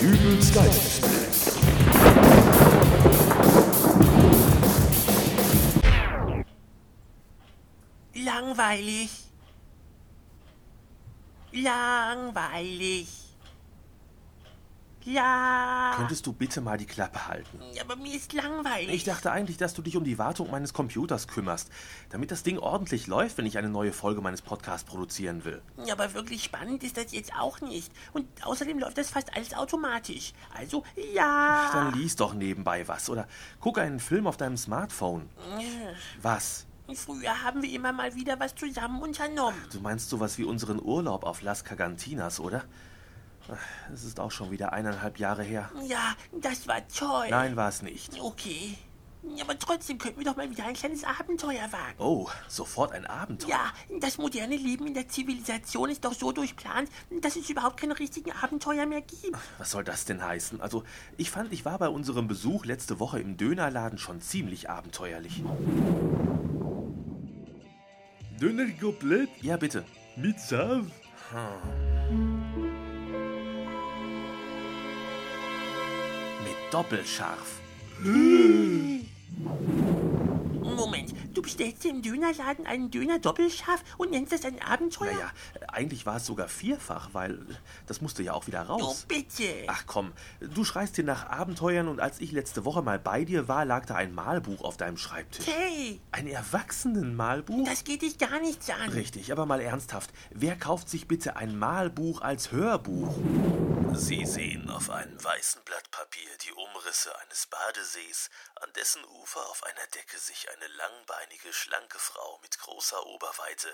Übels Geist. Langweilig. Langweilig. Ja. Könntest du bitte mal die Klappe halten? Aber mir ist langweilig. Ich dachte eigentlich, dass du dich um die Wartung meines Computers kümmerst, damit das Ding ordentlich läuft, wenn ich eine neue Folge meines Podcasts produzieren will. Aber wirklich spannend ist das jetzt auch nicht. Und außerdem läuft das fast alles automatisch. Also, ja. Dann lies doch nebenbei was oder guck einen Film auf deinem Smartphone. Was? Früher haben wir immer mal wieder was zusammen unternommen. Du meinst sowas wie unseren Urlaub auf Las Cagantinas, oder? Ach, Es ist auch schon wieder eineinhalb Jahre her. Ja, das war toll. Nein, war es nicht. Okay. Aber trotzdem könnten wir doch mal wieder ein kleines Abenteuer wagen. Oh, sofort ein Abenteuer. Ja, das moderne Leben in der Zivilisation ist doch so durchplant, dass es überhaupt keine richtigen Abenteuer mehr gibt. Was soll das denn heißen? Also, ich fand, ich war bei unserem Besuch letzte Woche im Dönerladen schon ziemlich abenteuerlich. Döner komplett Ja, bitte. mit Saft. Mit Doppelscharf. Moment, du bestellst dir im Dönerladen einen Döner doppelscharf und nennst das ein Abenteuer? Naja, eigentlich war es sogar vierfach, weil äh, das musste ja auch wieder Oh, raus. bitte. Ach komm, du schreist dir nach Abenteuern und als ich letzte Woche mal bei dir war, lag da ein Malbuch auf deinem Schreibtisch. Okay, Ein Erwachsenen-Malbuch? das geht dich gar nichts an. Richtig, aber mal ernsthaft, wer kauft sich bitte ein Malbuch als Hörbuch? Sie sehen auf einem weißen Blatt Papier die Umrisse eines Badesees, an dessen Ufer auf einer Decke sich eine langbeinige, schlanke Frau mit großer Oberweite,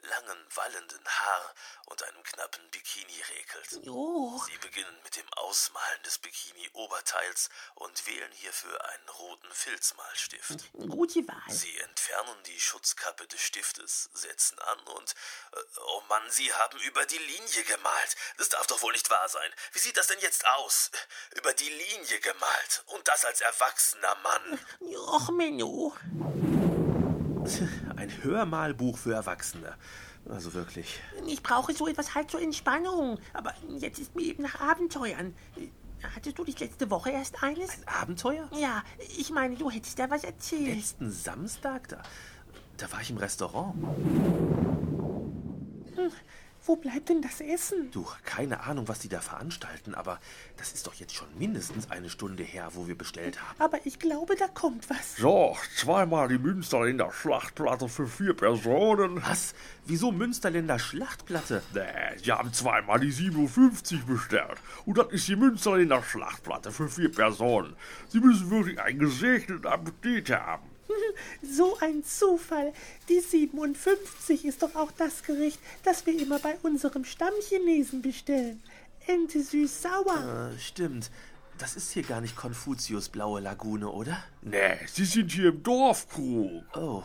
langem, wallenden Haar und einem knappen Bikini regelt. Oh, Sie beginnen mit dem Ausmalen des Bikini-Oberteils und wählen hierfür einen roten Filzmalstift. gute Wahl. Sie entfernen die Schutzkappe des Stiftes, setzen an und. Äh, oh Mann, Sie haben über die Linie gemalt. Das darf doch wohl nicht wahr sein. Wie sieht das denn jetzt aus? Über die Linie gemalt. Und das als erwachsener Mann. Och, Menno. Ein Hörmalbuch für Erwachsene. Also wirklich. Ich brauche so etwas halt zur Entspannung. Aber jetzt ist mir eben nach Abenteuern. Hattest du dich letzte Woche erst eines? Abenteuer? Ja, ich meine, du hättest da was erzählt. Letzten Samstag da. Da war ich im Restaurant. Wo bleibt denn das Essen? Du, keine Ahnung, was die da veranstalten, aber das ist doch jetzt schon mindestens eine Stunde her, wo wir bestellt haben. Aber ich glaube, da kommt was. So, zweimal die Münster in der Schlachtplatte für vier Personen. Was? Wieso Münsterländer Schlachtplatte? Nee, sie haben zweimal die 57 bestellt. Und das ist die Münster in der Schlachtplatte für vier Personen. Sie müssen wirklich einen gesegneten Appetit haben. So ein Zufall. Die 57 ist doch auch das Gericht, das wir immer bei unserem Stammchinesen bestellen. Ente süß-sauer. Äh, Stimmt. Das ist hier gar nicht Konfuzius blaue Lagune, oder? Nee, sie sind hier im Dorfkrug. Oh.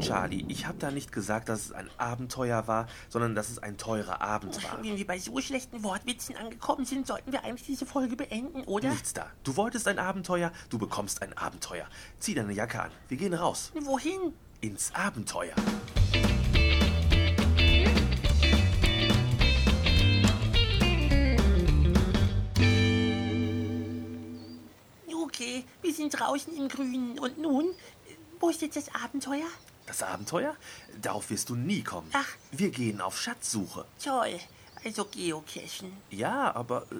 Charlie, ich habe da nicht gesagt, dass es ein Abenteuer war, sondern dass es ein teurer Abend war. Wenn Äh, wir bei so schlechten Wortwitzen angekommen sind, sollten wir eigentlich diese Folge beenden, oder? Nichts da. Du wolltest ein Abenteuer, du bekommst ein Abenteuer. Zieh deine Jacke an. Wir gehen raus. Wohin? Ins Abenteuer. Okay, wir sind draußen im Grünen. Und nun? Wo ist jetzt das Abenteuer? Das Abenteuer? Darauf wirst du nie kommen. Ach. Wir gehen auf Schatzsuche. Toll. Also Geocachen. Ja, aber äh,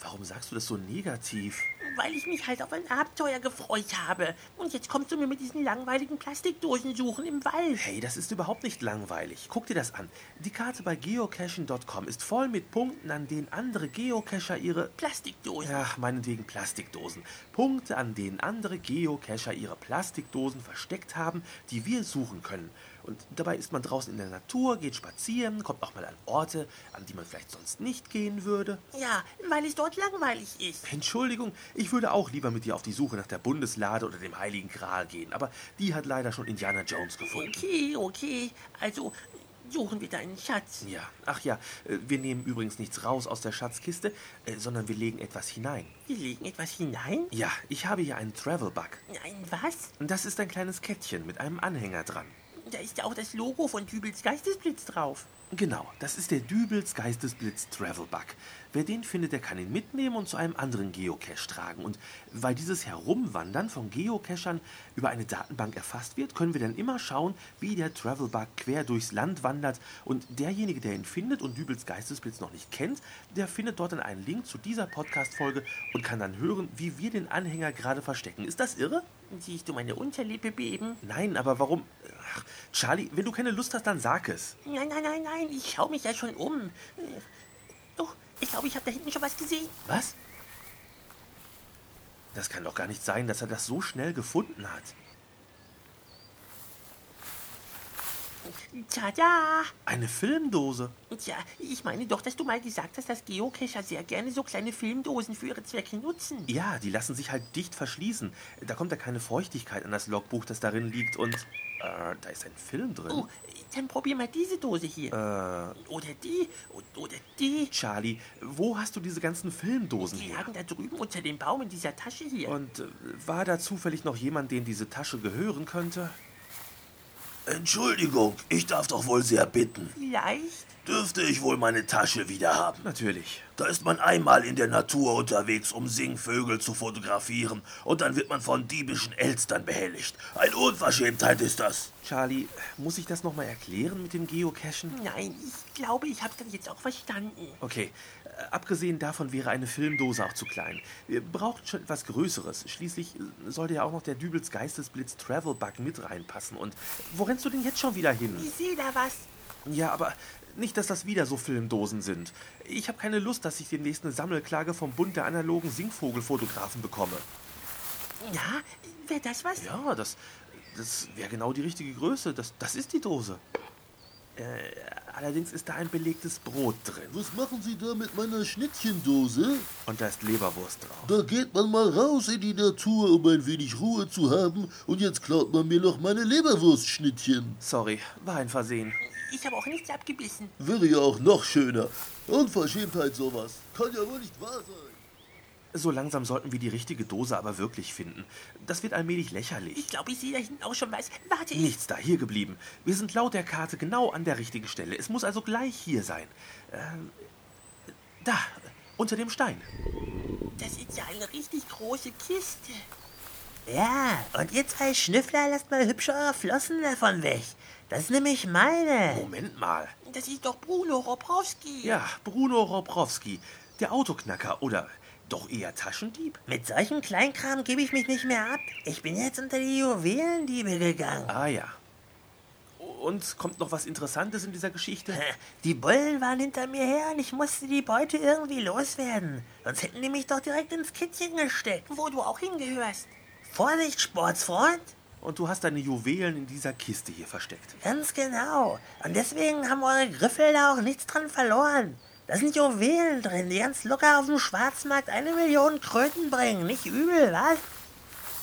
warum sagst du das so negativ? Weil ich mich halt auf ein Abenteuer gefreut habe. Und jetzt kommst du mir mit diesen langweiligen Plastikdosen suchen im Wald. Hey, das ist überhaupt nicht langweilig. Guck dir das an. Die Karte bei geocaching.com ist voll mit Punkten, an denen andere Geocacher ihre. Plastikdosen. Ja, meinetwegen Plastikdosen. Punkte, an denen andere Geocacher ihre Plastikdosen versteckt haben, die wir suchen können. Und dabei ist man draußen in der Natur, geht spazieren, kommt auch mal an Orte, an die man vielleicht sonst nicht gehen würde. Ja, weil es dort langweilig ist. Entschuldigung, ich würde auch lieber mit dir auf die Suche nach der Bundeslade oder dem Heiligen Gral gehen, aber die hat leider schon Indiana Jones gefunden. Okay, okay. Also suchen wir deinen Schatz. Ja, ach ja, äh, wir nehmen übrigens nichts raus aus der Schatzkiste, äh, sondern wir legen etwas hinein. Wir legen etwas hinein? Ja, ich habe hier einen Travel Bug. Nein, was? Das ist ein kleines Kettchen mit einem Anhänger dran. Da ist ja auch das Logo von Dübels Geistesblitz drauf. Genau, das ist der Dübels Geistesblitz Travelbug. Wer den findet, der kann ihn mitnehmen und zu einem anderen Geocache tragen. Und weil dieses Herumwandern von Geocachern über eine Datenbank erfasst wird, können wir dann immer schauen, wie der Travelbug quer durchs Land wandert. Und derjenige, der ihn findet und Dübels Geistesblitz noch nicht kennt, der findet dort dann einen Link zu dieser Podcast-Folge und kann dann hören, wie wir den Anhänger gerade verstecken. Ist das irre? Siehst du meine Unterlippe beben? Nein, aber warum? Ach, Charlie, wenn du keine Lust hast, dann sag es. Nein, nein, nein, nein, ich schaue mich ja schon um. Äh, Oh, ich glaube, ich habe da hinten schon was gesehen. Was? Das kann doch gar nicht sein, dass er das so schnell gefunden hat. Tada! Eine Filmdose. Tja, ich meine doch, dass du mal gesagt hast, dass Geocacher sehr gerne so kleine Filmdosen für ihre Zwecke nutzen. Ja, die lassen sich halt dicht verschließen. Da kommt ja keine Feuchtigkeit an das Logbuch, das darin liegt und. Äh, da ist ein Film drin. Oh, dann probier mal diese Dose hier. Äh. Oder die. und- Oder die. Charlie, wo hast du diese ganzen Filmdosen Die her? lagen da drüben unter dem Baum in dieser Tasche hier. Und äh, war da zufällig noch jemand, dem diese Tasche gehören könnte? Entschuldigung, ich darf doch wohl sehr bitten. Vielleicht. Dürfte ich wohl meine Tasche wieder haben? Natürlich. Da ist man einmal in der Natur unterwegs, um Singvögel zu fotografieren, und dann wird man von diebischen Elstern behelligt. Eine Unverschämtheit ist das. Charlie, muss ich das nochmal erklären mit dem Geocachen? Nein, ich glaube, ich habe das jetzt auch verstanden. Okay, äh, abgesehen davon wäre eine Filmdose auch zu klein. Ihr braucht schon etwas Größeres. Schließlich äh, sollte ja auch noch der Dübels Geistesblitz Travel Bug mit reinpassen. Und wo rennst du denn jetzt schon wieder hin? Ich sehe da was. Ja, aber nicht, dass das wieder so Filmdosen sind. Ich habe keine Lust, dass ich demnächst eine Sammelklage vom Bund der analogen Singvogelfotografen bekomme. Ja, wäre das was? Ja, das, das wäre genau die richtige Größe. Das, das ist die Dose. Äh, allerdings ist da ein belegtes Brot drin. Was machen Sie da mit meiner Schnittchendose? Und da ist Leberwurst drauf. Da geht man mal raus in die Natur, um ein wenig Ruhe zu haben. Und jetzt klaut man mir noch meine Leberwurstschnittchen. Sorry, war ein Versehen. Ich habe auch nichts abgebissen. Wäre ja auch noch schöner. Unverschämtheit sowas. Kann ja wohl nicht wahr sein. So langsam sollten wir die richtige Dose aber wirklich finden. Das wird allmählich lächerlich. Ich glaube, ich sehe da hinten auch schon was. Warte, ich. Nichts da, hier geblieben. Wir sind laut der Karte genau an der richtigen Stelle. Es muss also gleich hier sein. Ähm, da, unter dem Stein. Das ist ja eine richtig große Kiste. Ja, und ihr zwei Schnüffler lasst mal hübsch eure Flossen davon weg. Das ist nämlich meine. Moment mal. Das ist doch Bruno Robrowski. Ja, Bruno Robrowski, der Autoknacker oder doch eher Taschendieb. Mit solchem Kleinkram gebe ich mich nicht mehr ab. Ich bin jetzt unter die Juwelendiebe gegangen. Ah ja. Und kommt noch was Interessantes in dieser Geschichte? Die Bullen waren hinter mir her und ich musste die Beute irgendwie loswerden. Sonst hätten die mich doch direkt ins Kittchen gesteckt. Wo du auch hingehörst. Vorsicht, Sportsfreund! Und du hast deine Juwelen in dieser Kiste hier versteckt. Ganz genau. Und deswegen haben eure Griffel da auch nichts dran verloren. Da sind Juwelen drin, die ganz locker auf dem Schwarzmarkt eine Million Kröten bringen. Nicht übel, was?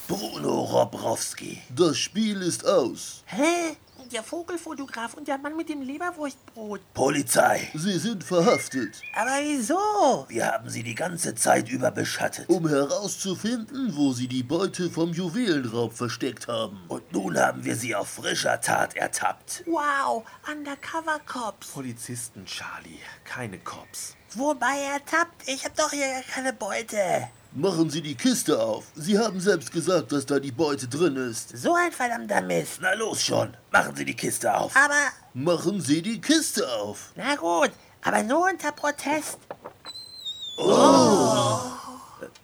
Bruno Robrowski. Das Spiel ist aus. Hä? Der Vogelfotograf und der Mann mit dem Leberwurstbrot. Polizei. Sie sind verhaftet. Aber wieso? Wir haben sie die ganze Zeit über beschattet. Um herauszufinden, wo sie die Beute vom Juwelenraub versteckt haben. Und nun haben wir sie auf frischer Tat ertappt. Wow, Undercover Cops. Polizisten, Charlie, keine Cops. Wobei ertappt? Ich hab doch hier gar keine Beute. Machen Sie die Kiste auf. Sie haben selbst gesagt, dass da die Beute drin ist. So ein verdammter Mist. Na los schon, machen Sie die Kiste auf. Aber, Machen Sie die Kiste auf. na gut, aber nur unter Protest.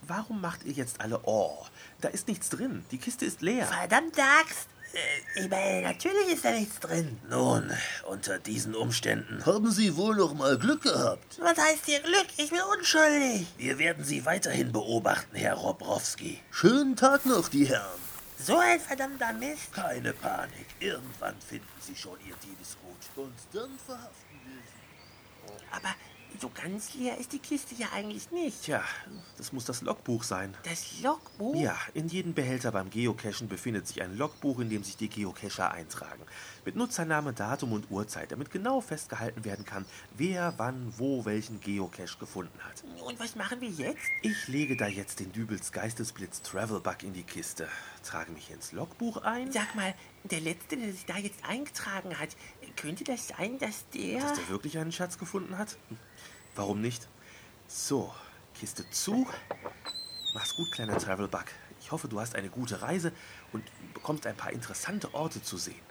Warum macht ihr jetzt alle Oh? Da ist nichts drin. Die Kiste ist leer. Verdammte Axt. Äh, Ich meine, natürlich ist da nichts drin. Nun, unter diesen Umständen. Haben Sie wohl noch mal Glück gehabt? Was heißt hier Glück? Ich bin unschuldig. Wir werden Sie weiterhin beobachten, Herr Robrowski. Schönen Tag noch, die Herren. So ein verdammter Mist. Keine Panik, irgendwann finden Sie schon Ihr Diebesgut. Und dann verhaften wir Sie. Aber so ganz leer ist die Kiste ja eigentlich nicht. Tja, das muss das Logbuch sein. Das Logbuch? Ja, in jedem Behälter beim Geocachen befindet sich ein Logbuch, in dem sich die Geocacher eintragen. Mit Nutzername, Datum und Uhrzeit, damit genau festgehalten werden kann, wer wann wo welchen Geocache gefunden hat. Und was machen wir jetzt? Ich lege da jetzt den Dübels Geistesblitz Travel Bug in die Kiste, trage mich ins Logbuch ein. Sag mal, der Letzte, der sich da jetzt eingetragen hat, Könnte das sein, dass der... Dass der wirklich einen Schatz gefunden hat? Hm, Warum nicht? So, Kiste zu. Mach's gut, kleiner Travel Bug. Ich hoffe, du hast eine gute Reise und bekommst ein paar interessante Orte zu sehen.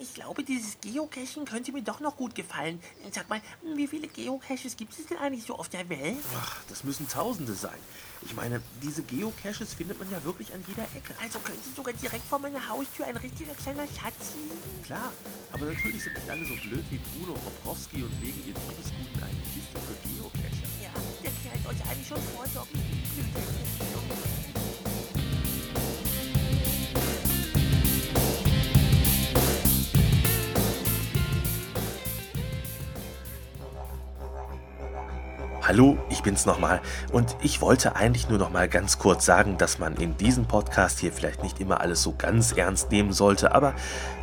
Ich glaube, dieses Geocaching könnte mir doch noch gut gefallen. Sag mal, wie viele Geocaches gibt es denn eigentlich so auf der Welt? Ach, das müssen Tausende sein. Ich meine, diese Geocaches findet man ja wirklich an jeder Ecke. Also könnte sogar direkt vor meiner Haustür ein richtiger kleiner Schatz liegen. Klar, aber natürlich sind nicht alle so blöd wie Bruno Robrowski und legen ihren Liebesgut in eine Kiste für Geocacher. Ja, der Kerl hat euch eigentlich schon vorsorgen. Blöd, Hallo, ich bin's nochmal. Und ich wollte eigentlich nur nochmal ganz kurz sagen, dass man in diesem Podcast hier vielleicht nicht immer alles so ganz ernst nehmen sollte, aber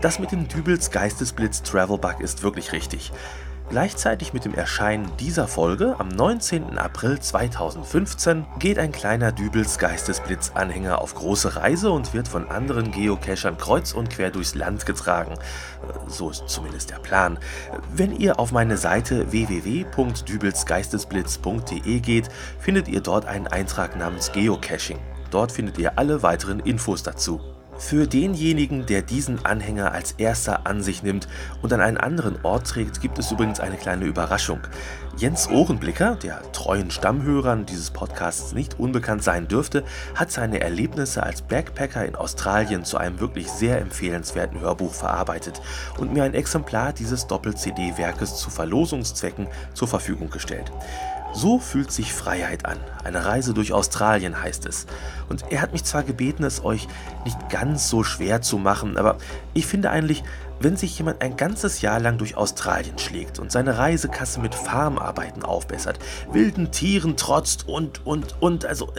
das mit dem Dübels Geistesblitz Travel Bug ist wirklich richtig. Gleichzeitig mit dem Erscheinen dieser Folge am 19. April 2015 geht ein kleiner Dübels Geistesblitz-Anhänger auf große Reise und wird von anderen Geocachern kreuz und quer durchs Land getragen. Äh, So ist zumindest der Plan. Wenn ihr auf meine Seite www.dübelsgeistesblitz.de geht, findet ihr dort einen Eintrag namens Geocaching. Dort findet ihr alle weiteren Infos dazu. Für denjenigen, der diesen Anhänger als erster an sich nimmt und an einen anderen Ort trägt, gibt es übrigens eine kleine Überraschung. Jens Ohrenblicker, der treuen Stammhörern dieses Podcasts nicht unbekannt sein dürfte, hat seine Erlebnisse als Backpacker in Australien zu einem wirklich sehr empfehlenswerten Hörbuch verarbeitet und mir ein Exemplar dieses Doppel-CD-Werkes zu Verlosungszwecken zur Verfügung gestellt. So fühlt sich Freiheit an. Eine Reise durch Australien heißt es. Und er hat mich zwar gebeten, es euch nicht ganz so schwer zu machen, aber ich finde eigentlich, wenn sich jemand ein ganzes Jahr lang durch Australien schlägt und seine Reisekasse mit Farmarbeiten aufbessert, wilden Tieren trotzt und, und, und, also,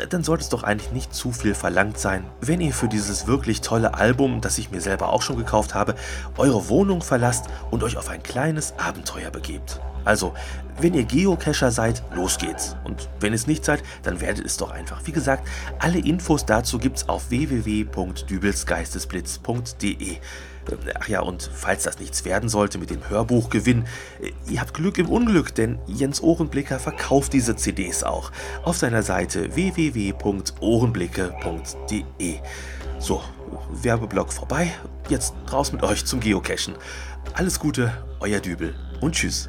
äh, dann sollte es doch eigentlich nicht zu viel verlangt sein, wenn ihr für dieses wirklich tolle Album, das ich mir selber auch schon gekauft habe, eure Wohnung verlasst und euch auf ein kleines Abenteuer begebt. Also, wenn ihr Geocacher seid, los geht's. Und wenn es nicht seid, dann werdet es doch einfach. Wie gesagt, alle Infos dazu gibt's auf www.dübelsgeistesblitz.de. Äh, Ach ja, und falls das nichts werden sollte mit dem Hörbuchgewinn, äh, ihr habt Glück im Unglück, denn Jens Ohrenblicker verkauft diese CDs auch auf seiner Seite www.ohrenblicke.de. So, Werbeblock vorbei. Jetzt raus mit euch zum Geocachen. Alles Gute, euer Dübel und tschüss.